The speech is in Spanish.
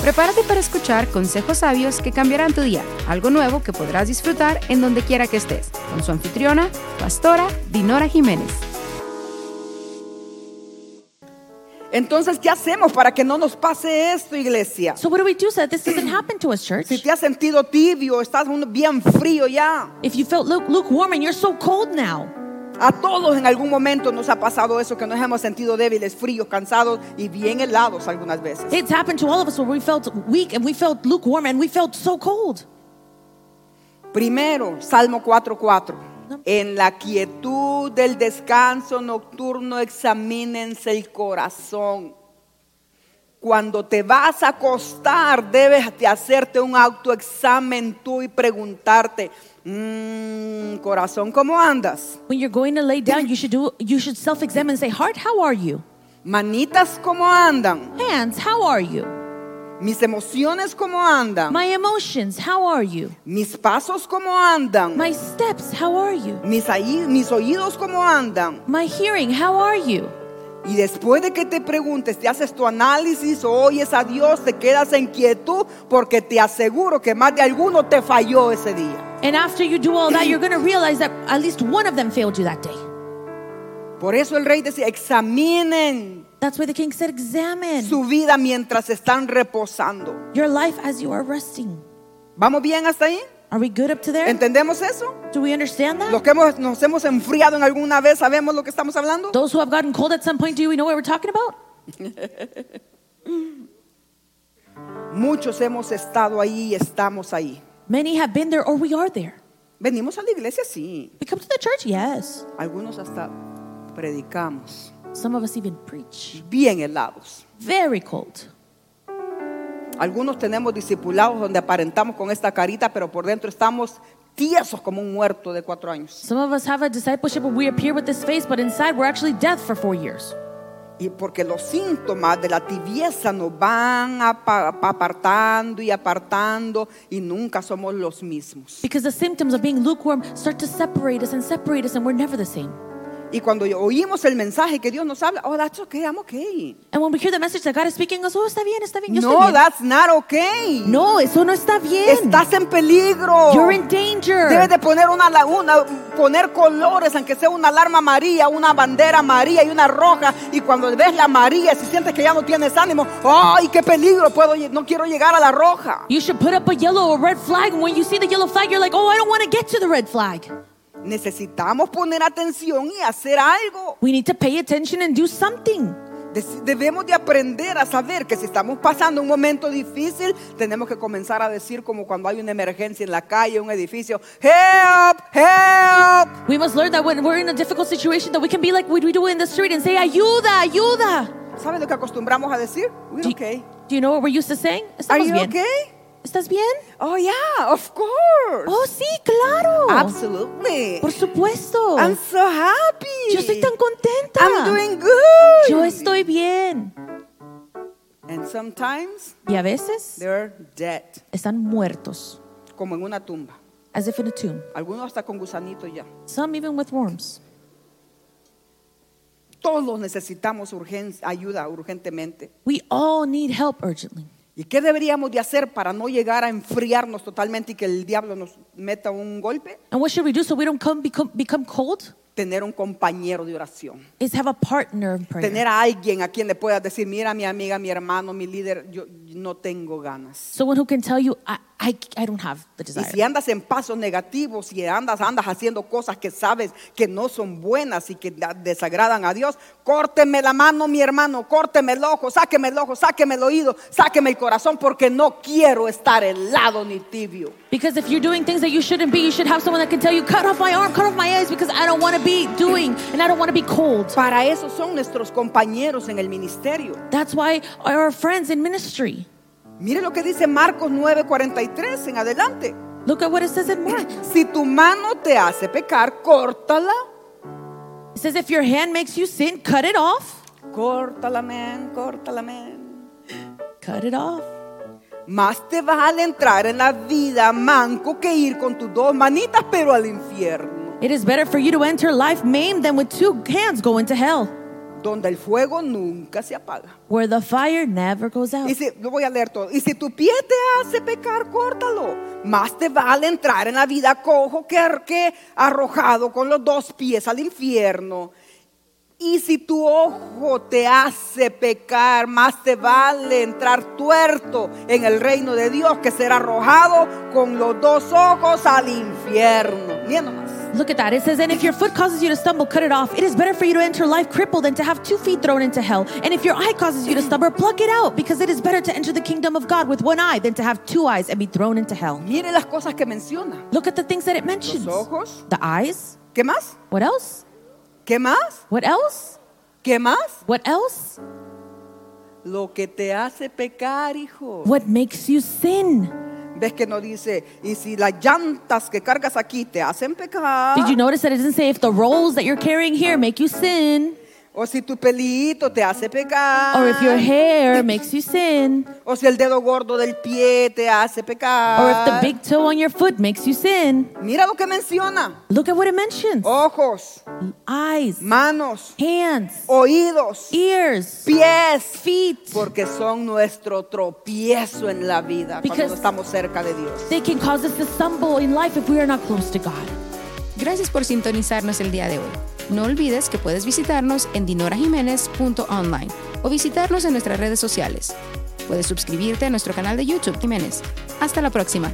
Prepárate para escuchar consejos sabios que cambiarán tu día, algo nuevo que podrás disfrutar en donde quiera que estés, con su anfitriona, pastora Dinora Jiménez. Entonces, ¿qué hacemos para que no nos pase esto, iglesia? So what do we do so that this doesn't happen to us, church? Si te has sentido tibio, estás un- bien frío ya. If you felt lu- lukewarm and you're so cold now, A todos en algún momento nos ha pasado eso, que nos hemos sentido débiles, fríos, cansados y bien helados algunas veces. it's happened to all of us where we felt weak and we felt lukewarm and we felt so cold. Primero, Salmo 4:4. En la quietud del descanso nocturno examínense el corazón. Cuando te vas a acostar, debes de hacerte un autoexamen tú y preguntarte, "Mm, corazón, ¿cómo andas? When you're going to lay down, you should do you should self-examine and say, "Heart, how are you? Manitas, ¿cómo andan? Hands, how are you? Mis emociones, ¿cómo andan? My emotions, how are you? Mis pasos, ¿cómo andan? My steps, how are you? Mis, ahí- mis oídos, ¿cómo andan? My hearing, how are you?" Y después de que te preguntes, te haces tu análisis, oyes a Dios, te quedas en quietud, porque te aseguro que más de alguno te falló ese día. And after you do all that, you're going to realize that at least one of them failed you that day. Por eso el rey decía, examinen That's why the king said, "Examine su vida mientras están reposando. your life as you are resting." ¿Vamos bien hasta ahí? Are we good up to there? ¿Entendemos eso? Do we understand that? Los que hemos- nos hemos enfriado en alguna vez, ¿sabemos lo que estamos hablando? Those who have gotten cold at some point, do we know what we're talking about? Muchos hemos estado ahí y estamos ahí. Many have been there or we are there. Venimos a la iglesia, sí. We come to the church, yes. Algunos hasta predicamos. Some of us even preach. Bien helados. Very cold. Algunos tenemos discipulados donde aparentamos con esta carita, pero por dentro estamos tiesos como un muerto de cuatro años. Some of us have a discipleship where we appear with this face, but inside we're actually death for four years. Y porque los síntomas de la tibieza nos van apa- apartando y apartando y nunca somos los mismos. Because the symptoms of being lukewarm start to separate us and separate us, and we're never the same. Y cuando oímos el mensaje que Dios nos habla, oh, that's okay, I'm okay. And when we hear the message that God is speaking us, oh, está bien, está bien, yo estoy No, bien. that's not okay. no, eso no está bien. Estás en peligro. You're in danger. Debes de poner una, ala- una- poner colores, aunque sea una alarma amarilla, una bandera amarilla y una roja. Y cuando ves la amarilla, si sientes que ya no tienes ánimo, ¡ay, qué peligro! Puedo, lle- no quiero llegar a la roja. You should put up a yellow or red flag, and when you see the yellow flag, you're like, oh, I don't want to get to the red flag. Necesitamos poner atención y hacer algo. We need to pay attention and do something. Dec- Debemos de aprender a saber que si estamos pasando un momento difícil, tenemos que comenzar a decir como cuando hay una emergencia en la calle, un edificio, help, help. We must learn that when we're in a difficult situation, that we can be like what we do in the street and say, ayuda, ayuda. ¿Sabes lo que acostumbramos a decir? We're Do, okay. do you know what we're used to saying? Are Estamos you bien. okay? ¿Estás bien? Oh yeah, of course. Oh, sí, claro. Absolutely. Por supuesto. I'm so happy. Yo estoy tan contenta. I'm doing good. Yo estoy bien. And sometimes Y a veces they're dead, están muertos, como en una tumba. as if in a tomb. Algunos hasta con gusanito ya. Some even with worms. Todos necesitamos urgen- ayuda urgentemente. We all need help urgently. ¿Y qué deberíamos de hacer para no llegar a enfriarnos totalmente y que el diablo nos meta un golpe? And what should we do so we don't come become, become cold? Tener un compañero de oración. Is have a partner in prayer. Tener a alguien a quien le puedas decir, mira mi amiga, mi hermano, mi líder, yo no tengo ganas. Someone who can tell you, I, I, I don't have the Y desire. si andas en pasos negativos y andas, andas haciendo cosas que sabes que no son buenas y que da- desagradan a Dios, córteme la mano, mi hermano, córteme el ojo, sáqueme el ojo, sáqueme el oído, sáqueme el corazón, porque no quiero estar helado ni tibio. Because if you're doing things that you shouldn't be, you should have someone that can tell you, cut off my arm, cut off my eyes, because I don't want to be doing and I don't want to be cold. Para eso son nuestros compañeros en el ministerio. That's why our friends in ministry. Mire lo que dice Marcos 9:43 en adelante. Look at what it says in Mark. Si tu mano te hace pecar, córtala. It says, if your hand makes you sin, cut it off. Córtala, men, córtala, men. Cut it off. Más te vale entrar en la vida manco que ir con tus dos manitas, pero al infierno. It is better for you to enter life maimed than with two hands go into hell. donde el fuego nunca se apaga. where the fire never goes out. Y si, lo voy a leer todo. Y si tu pie te hace pecar, córtalo. Más te vale entrar en la vida cojo que, que arrojado con los dos pies al infierno. Y si tu ojo te hace pecar, más te vale entrar tuerto en el reino de Dios que ser arrojado con los dos ojos al infierno. Miren nomás. Look at that. It says, And if your foot causes you to stumble, cut it off. It is better for you to enter life crippled than to have two feet thrown into hell. And if your eye causes you to stumble, pluck it out, because it is better to enter the kingdom of God with one eye than to have two eyes and be thrown into hell. Miren las cosas que menciona. Look at the things that it mentions Los ojos. the eyes. ¿Qué más? What else? ¿Qué más? What else? ¿Qué más? What else? Lo que te hace pecar, hijo. What makes you sin? Ves que no dice, y si las llantas que cargas aquí te hacen pecar, Did you notice that it doesn't say if the rolls that you're carrying here make you sin, o si tu pelito te hace pecar, or if your hair makes you sin, o si el dedo gordo del pie te hace or if the pecar. big toe on your foot makes you sin? Mira lo que menciona: Look at what it mentions ojos, eyes, manos, hands, oídos, ears, pies, feet. porque son nuestro tropiezo en la vida cuando Because- no estamos cerca de Dios. They can cause us to stumble in life if we are not close to God. Gracias por sintonizarnos el día de hoy. No olvides que puedes visitarnos en dinorajiménez.online o visitarnos en nuestras redes sociales. Puedes suscribirte a nuestro canal de YouTube Jiménez. Hasta la próxima.